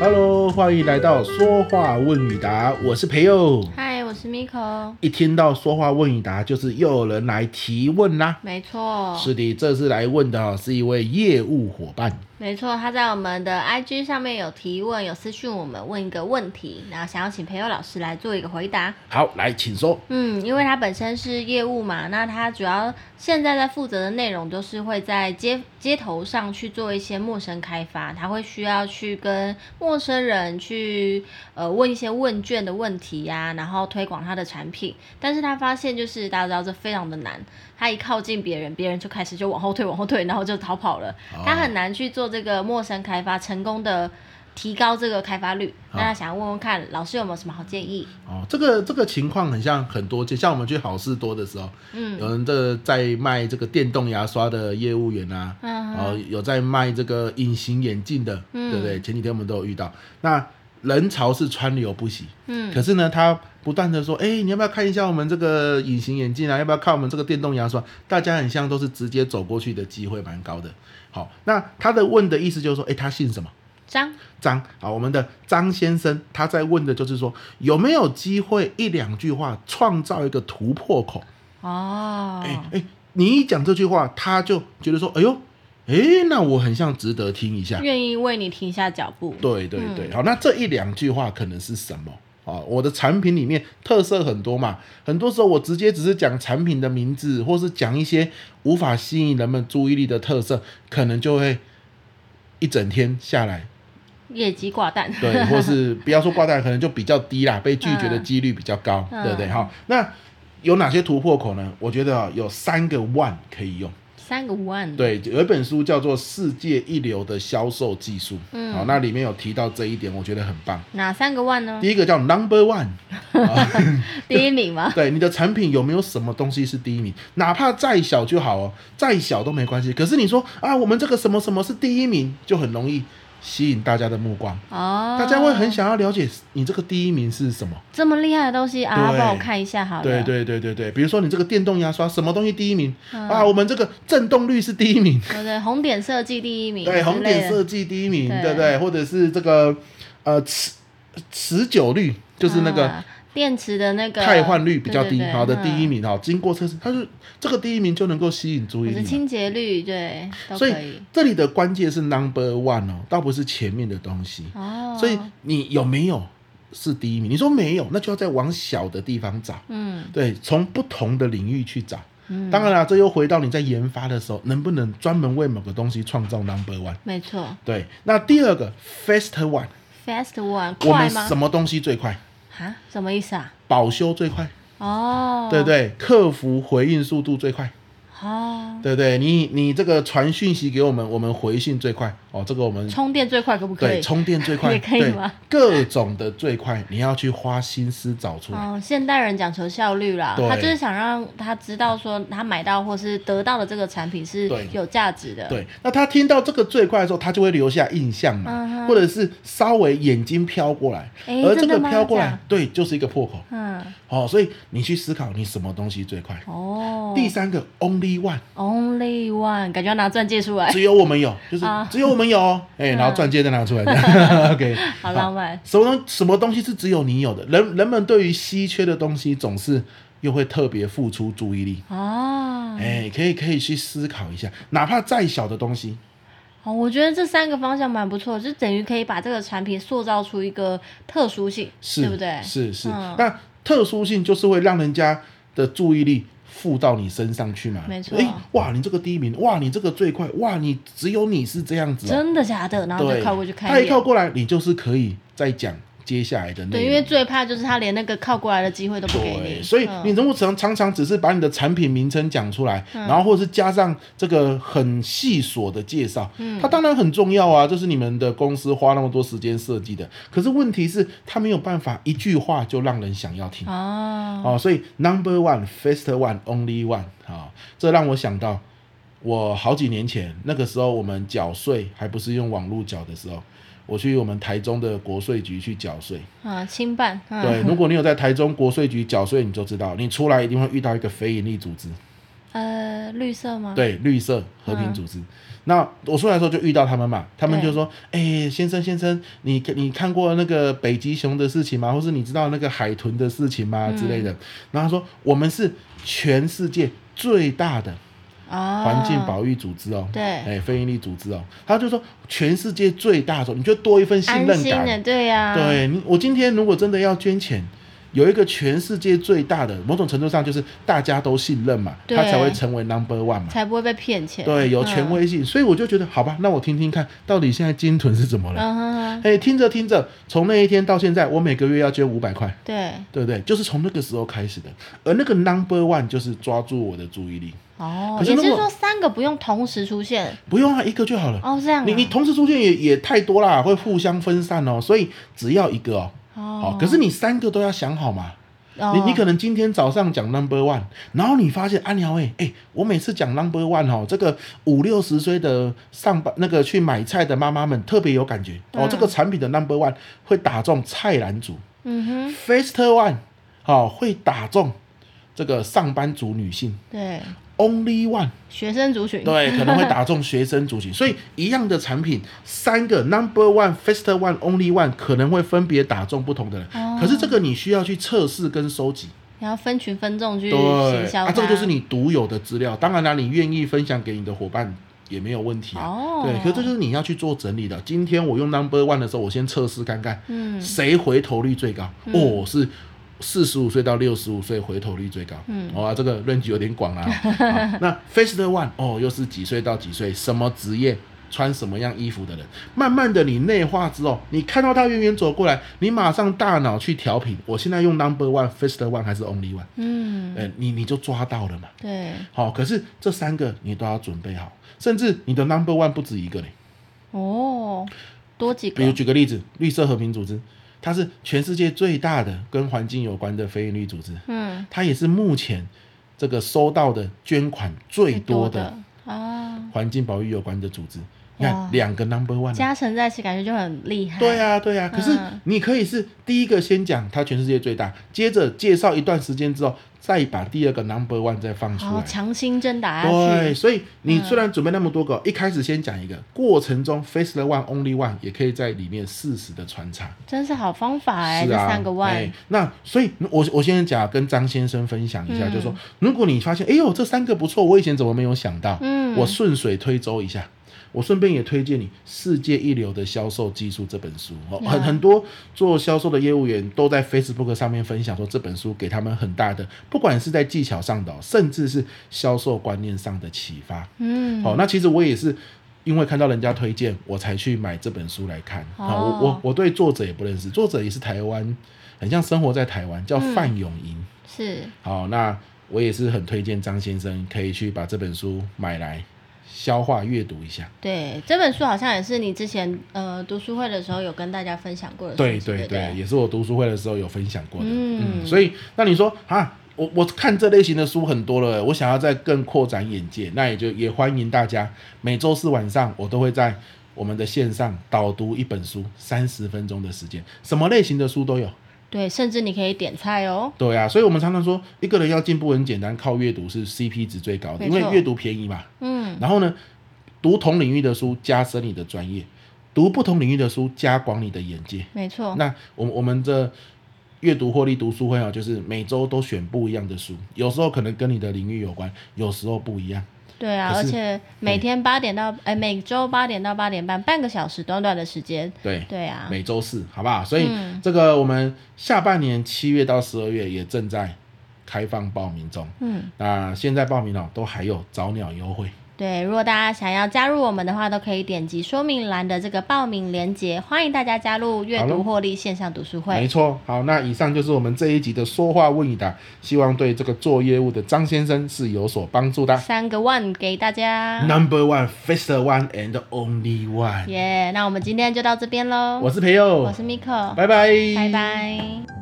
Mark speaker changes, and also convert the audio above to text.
Speaker 1: Hello，欢迎来到说话问与答，我是培佑。
Speaker 2: 嗨，我是 Miko。
Speaker 1: 一听到说话问与答，就是又有人来提问啦。
Speaker 2: 没错，
Speaker 1: 是的，这次来问的哦是一位业务伙伴。
Speaker 2: 没错，他在我们的 IG 上面有提问，有私讯我们问一个问题，然后想要请培佑老师来做一个回答。
Speaker 1: 好，来，请说。
Speaker 2: 嗯，因为他本身是业务嘛，那他主要现在在负责的内容都是会在街街头上去做一些陌生开发，他会需要去跟陌生人去呃问一些问卷的问题呀、然后推广他的产品。但是他发现就是大家知道这非常的难，他一靠近别人，别人就开始就往后退，往后退，然后就逃跑了。他很难去做这个陌生开发成功的。提高这个开发率，那他想要问问看老师有没有什么好建议？
Speaker 1: 哦，这个这个情况很像很多街，像我们去好事多的时候，
Speaker 2: 嗯
Speaker 1: 有人的在卖这个电动牙刷的业务员啊，
Speaker 2: 嗯
Speaker 1: 哦，有在卖这个隐形眼镜的，
Speaker 2: 嗯
Speaker 1: 对不对？前几天我们都有遇到，那人潮是川流不息，
Speaker 2: 嗯
Speaker 1: 可是呢，他不断的说，哎、你要不要看一下我们这个隐形眼镜啊？要不要看我们这个电动牙刷？大家很像都是直接走过去的机会蛮高的。好，那他的问的意思就是说，哎、他姓什么？
Speaker 2: 张，
Speaker 1: 张啊，我们的张先生他在问的就是说，有没有机会一两句话创造一个突破口？
Speaker 2: 哦，
Speaker 1: 哎、哎，你一讲这句话，他就觉得说，哎呦，哎，那我很像值得听一下。
Speaker 2: 愿意为你嗯停下脚步。
Speaker 1: 对对对，好，那这一两句话可能是什么？啊，我的产品里面特色很多嘛，很多时候我直接只是讲产品的名字，或是讲一些无法吸引人们注意力的特色，可能就会一整天下来，
Speaker 2: 业绩挂蛋。
Speaker 1: 对，或是不要说挂蛋，可能就比较低啦，被拒绝的几率比较高，
Speaker 2: 嗯
Speaker 1: 对不对？好，那有哪些突破口呢？我觉得啊有三个 one 可以用。
Speaker 2: 三个万。，
Speaker 1: 对，有一本书叫做《世界一流的销售技术》，
Speaker 2: 嗯
Speaker 1: 好，那里面有提到这一点，我觉得很棒。
Speaker 2: 哪三个万呢？
Speaker 1: 第一个叫 Number One，
Speaker 2: 第一名吗？
Speaker 1: 对你的产品有没有什么东西是第一名？哪怕再小就好哦，再小都没关系。可是你说啊，我们这个什么什么是第一名，就很容易吸引大家的目光，
Speaker 2: 哦，
Speaker 1: 大家会很想要了解你这个第一名是什么。
Speaker 2: 这么厉害的东西啊，
Speaker 1: 对
Speaker 2: 帮我看一下好了。
Speaker 1: 对对对对对，比如说你这个电动牙刷什么东西第一名、
Speaker 2: 嗯
Speaker 1: 啊，我们这个震动率是第一名，
Speaker 2: 对对，红点设计第一名之类
Speaker 1: 对，
Speaker 2: 的。
Speaker 1: 红点设计第一名，
Speaker 2: 对
Speaker 1: 对不对？或者是这个呃持持久率，就是那个。
Speaker 2: 啊电池的那个
Speaker 1: 汰换率比较低，好的第一。
Speaker 2: 对对对嗯
Speaker 1: 名哈，经过测试，它是这个第一名就能够吸引注意
Speaker 2: 我的
Speaker 1: 力嘛。
Speaker 2: 清洁率对都
Speaker 1: 所
Speaker 2: 可
Speaker 1: 以
Speaker 2: 以。
Speaker 1: 这里的关键是 number one 哦，倒不是前面的东西。
Speaker 2: 哦，
Speaker 1: 所以你有没有是第一名？你说没有，那就要再往小的地方找，
Speaker 2: 嗯
Speaker 1: 对，从不同的领域去找。
Speaker 2: 嗯，
Speaker 1: 当然啦，这又回到你在研发的时候，能不能专门为某个东西创造 number one？
Speaker 2: 没错
Speaker 1: 对，那第二个 fast one，
Speaker 2: ，fast one
Speaker 1: 我
Speaker 2: 快
Speaker 1: 们
Speaker 2: 吗
Speaker 1: 什？么东西最快？
Speaker 2: 啊，什么意思啊？
Speaker 1: 保修最快，
Speaker 2: 哦，
Speaker 1: 对不，对？客服回应速度最快。
Speaker 2: 哦，
Speaker 1: 对不对？你你这个传讯息给我们，我们回信最快哦。这个我们
Speaker 2: 充电最快可不可以？
Speaker 1: 对充电最快，
Speaker 2: 也可以
Speaker 1: 对
Speaker 2: 吗
Speaker 1: 各种的最快，你要去花心思找出来。
Speaker 2: 哦，现代人讲求效率啦，
Speaker 1: 对
Speaker 2: 他就是想让他知道说他买到或是得到的这个产品是
Speaker 1: 对
Speaker 2: 有价值的。，
Speaker 1: 对，那他听到这个最快的时候，他就会留下印象嘛，
Speaker 2: 嗯哼
Speaker 1: 或者是稍微眼睛飘过来，
Speaker 2: 诶
Speaker 1: 而这
Speaker 2: 真的
Speaker 1: 个
Speaker 2: 吗
Speaker 1: 飘过
Speaker 2: 这
Speaker 1: 来
Speaker 2: 样，
Speaker 1: 对，就是一个破口。
Speaker 2: 嗯，
Speaker 1: 哦，所以你去思考你什么东西最快。
Speaker 2: 哦，
Speaker 1: 第三个，only one，
Speaker 2: Only One，感觉要拿钻戒出来，
Speaker 1: 只有我们有，就是
Speaker 2: 啊
Speaker 1: 只有我们有哦，哎，然后
Speaker 2: 嗯
Speaker 1: 钻戒再拿出来这 样，OK，
Speaker 2: 好浪漫。
Speaker 1: 什么东什么东西是只有你有的？人人们对于稀缺的东西总是又会特别付出注意力。
Speaker 2: 哦，
Speaker 1: 哎、可以可以去思考一下，哪怕再小的东西，
Speaker 2: 哦，我觉得这三个方向蛮不错，就等于可以把这个产品塑造出一个特殊性，
Speaker 1: 是
Speaker 2: 对不对？
Speaker 1: 是是、
Speaker 2: 嗯
Speaker 1: 那特殊性就是会让人家的注意力附到你身上去嘛。
Speaker 2: 没错
Speaker 1: 哎、哇，你这个第一名，哇，你这个最快，哇，你只有你是这样子、哦。
Speaker 2: 真的假的？然后
Speaker 1: 对，
Speaker 2: 就靠过去
Speaker 1: 他
Speaker 2: 看
Speaker 1: 一
Speaker 2: 一
Speaker 1: 靠
Speaker 2: 眼。
Speaker 1: 过来，你就是可以再讲接下来的内容。
Speaker 2: 对，因为最怕就是他连那个靠过来的机会都不给
Speaker 1: 对，
Speaker 2: 你，
Speaker 1: 所以
Speaker 2: 嗯
Speaker 1: 你人物常常常只是把你的产品名称讲出来，
Speaker 2: 嗯
Speaker 1: 然后或者是加上这个很细琐的介绍，
Speaker 2: 嗯
Speaker 1: 它当然很重要啊，这是你们的公司花那么多时间设计的。可是问题是，它没有办法一句话就让人想要听
Speaker 2: 哦，
Speaker 1: 哦，所以 number one, first one, only one 啊、这让我想到我好几年前那个时候，我们缴税还不是用网络缴的时候，我去我们台中的国税局去缴税。
Speaker 2: 啊，轻办，嗯、
Speaker 1: 对，如果你有在台中国税局缴税，你就知道，你出来一定会遇到一个非营利组织，
Speaker 2: 呃，绿色吗？
Speaker 1: 对，绿色和平组织。那我出来的时候就遇到他们嘛，他们就说：“哎、先生先生，你你看过那个北极熊的事情吗？或是你知道那个海豚的事情吗？之
Speaker 2: 嗯
Speaker 1: 类的。然后他说：“我们是全世界最大的
Speaker 2: 啊，
Speaker 1: 环境保育组织哦，
Speaker 2: 对
Speaker 1: 哎，非营利组织哦。”他就说：“全世界最大的时候，你就多一份信任
Speaker 2: 安
Speaker 1: 感。”
Speaker 2: 心的，对呀、，
Speaker 1: 对你，我今天如果真的要捐钱，有一个全世界最大的，某种程度上就是大家都信任嘛，
Speaker 2: 对嗯
Speaker 1: 他才会成为 number one 嘛。
Speaker 2: 才不会被骗钱。
Speaker 1: 对，有权威性，所以我就觉得好吧，那我听听看到底现在金屯是怎么
Speaker 2: 嗯，
Speaker 1: 了。
Speaker 2: 嗯哼哼，
Speaker 1: 哎，听着听着，从那一天到现在，我每个月要捐五百块，
Speaker 2: 对，
Speaker 1: 对不对？就是从那个时候开始的。而那个 number one 就是抓住我的注意力，
Speaker 2: 哦，
Speaker 1: 可是
Speaker 2: 也
Speaker 1: 如
Speaker 2: 就是
Speaker 1: 果
Speaker 2: 说三个不用同时出现，
Speaker 1: 不用啊，一个就好了。
Speaker 2: 哦，这样、啊，
Speaker 1: 你你同时出现也也太多啦，会互相分散哦。所以只要一个哦，
Speaker 2: 哦
Speaker 1: 好、，可是你三个都要想好嘛。你你可能今天早上讲 number one，然后你发现阿鸟哎哎，我每次讲 number one 哦，这个五六十岁的上班那个去买菜的妈妈们特别有感觉哦，
Speaker 2: 嗯
Speaker 1: 这个产品的 number one 会打中菜篮族、
Speaker 2: 嗯哼，
Speaker 1: f a s t one 哦会打中这个上班族女性
Speaker 2: 对，
Speaker 1: ，only one
Speaker 2: 学生族群，
Speaker 1: 对可能会打中学生族 群，所以一样的产品三个 number one、fast one、only one 可能会分别打中不同的人，
Speaker 2: 哦
Speaker 1: 可是这个你需要去测试跟收集。
Speaker 2: 然后分群分众去行
Speaker 1: 对，
Speaker 2: 销它、
Speaker 1: 啊，这个就是你独有的资料。当然啦，你愿意分享给你的伙伴也没有问题啊。
Speaker 2: 哦，
Speaker 1: 对，可是这就是你要去做整理的。今天我用 number one 的时候，我先测试看看
Speaker 2: 嗯
Speaker 1: 谁回头率最高。哦，是四十五岁到六十五岁回头率最高。
Speaker 2: 嗯
Speaker 1: 哇、这个 range 有点 广啦、好那 first one 哦，又是几岁到几岁，什么职业？穿什么样衣服的人，慢慢的你内化之后，你看到他远远走过来，你马上大脑去调频。我现在用 number one、first one 还是 only one？
Speaker 2: 嗯，
Speaker 1: 呃，你你就抓到了嘛。
Speaker 2: 对，
Speaker 1: 好、可是这三个你都要准备好，甚至你的 number one 不止一个嘞。
Speaker 2: 哦，多几
Speaker 1: 比如
Speaker 2: 个，
Speaker 1: 举个例子，绿色和平组织，它是全世界最大的跟环境有关的非营利组织，
Speaker 2: 嗯，
Speaker 1: 它也是目前这个收到的捐款最多的
Speaker 2: 的啊，
Speaker 1: 环境保育有关的组织。你
Speaker 2: 哇
Speaker 1: 看，两个 number one 啊、
Speaker 2: 加成在一起感觉就很厉害，
Speaker 1: 对啊，对啊。可是
Speaker 2: 嗯
Speaker 1: 你可以是第一个先讲它全世界最大，接着介绍一段时间之后，再把第二个 number one 再放出
Speaker 2: 好
Speaker 1: 来。
Speaker 2: 哦强心针打下
Speaker 1: 对，
Speaker 2: 去，
Speaker 1: 所以你虽然准备那么多个，一开始先讲一个，过程中 face the one only one 也可以在里面适时的穿插。
Speaker 2: 真是好方法哎、
Speaker 1: 是
Speaker 2: 这
Speaker 1: 啊，
Speaker 2: 三个万、
Speaker 1: 哎那所以我我现在讲跟张先生分享一下，
Speaker 2: 嗯
Speaker 1: 就是说，如果你发现，哎呦，这三个不错，我以前怎么没有想到？
Speaker 2: 嗯
Speaker 1: 我顺水推舟一下。我顺便也推荐你《世界一流的销售技术》这本书哦，
Speaker 2: 嗯
Speaker 1: 很很多做销售的业务员都在 Facebook 上面分享说这本书给他们很大的，不管是在技巧上的哦，甚至是销售观念上的启发。
Speaker 2: 嗯，
Speaker 1: 好、那其实我也是因为看到人家推荐，我才去买这本书来看。好、
Speaker 2: 哦
Speaker 1: 我我我对作者也不认识，作者也是台湾，很像生活在台湾，叫
Speaker 2: 嗯
Speaker 1: 范永银。
Speaker 2: 是
Speaker 1: 好、那我也是很推荐张先生可以去把这本书买来消化阅读一下。
Speaker 2: 对这本书好像也是你之前呃读书会的时候有跟大家分享过的书，
Speaker 1: 对
Speaker 2: 对
Speaker 1: 对
Speaker 2: 不
Speaker 1: 对，也是我读书会的时候有分享过的。
Speaker 2: 嗯
Speaker 1: 嗯，所以那你说啊，我我看这类型的书很多了，我想要再更扩展眼界，那也就也欢迎大家每周四晚上我都会在我们的线上导读一本书，三十分钟的时间，什么类型的书都有。
Speaker 2: 对，甚至你可以点菜哦，
Speaker 1: 对啊，所以我们常常说，一个人要进步很简单，靠阅读是 CP 值最高的，
Speaker 2: 没
Speaker 1: 因为
Speaker 2: 错
Speaker 1: 阅读便宜嘛。
Speaker 2: 嗯，
Speaker 1: 然后呢，读同领域的书加深你的专业，读不同领域的书加广你的眼界。
Speaker 2: 没错，
Speaker 1: 那我们我们这阅读获利读书会啊，就是每周都选不一样的书，有时候可能跟你的领域有关，有时候不一样。
Speaker 2: 对啊，
Speaker 1: 可
Speaker 2: 而
Speaker 1: 是
Speaker 2: 且每天八点到哎、每周八点到八点半，半个小时短短的时间，
Speaker 1: 对，
Speaker 2: 对啊，
Speaker 1: 每周四，好不好？所以
Speaker 2: 嗯
Speaker 1: 这个我们下半年七月到十二月也正在开放报名中。
Speaker 2: 嗯，
Speaker 1: 那现在报名哦，都还有早鸟优惠。
Speaker 2: 对，如果大家想要加入我们的话，都可以点击说明栏的这个报名链接，欢迎大家加入阅
Speaker 1: 好
Speaker 2: 读
Speaker 1: 咯
Speaker 2: 获利线上读书
Speaker 1: 没
Speaker 2: 会。
Speaker 1: 错，好，那以上就是我们这一集的说话问一答，希望对这个做业务的张先生是啊有所帮助的。
Speaker 2: 三个 one 给大家，
Speaker 1: Number one, first one and only one。
Speaker 2: 耶那我们今天就到这边喽。
Speaker 1: 我是培佑，
Speaker 2: 我是 Miko，
Speaker 1: 拜拜，
Speaker 2: 拜拜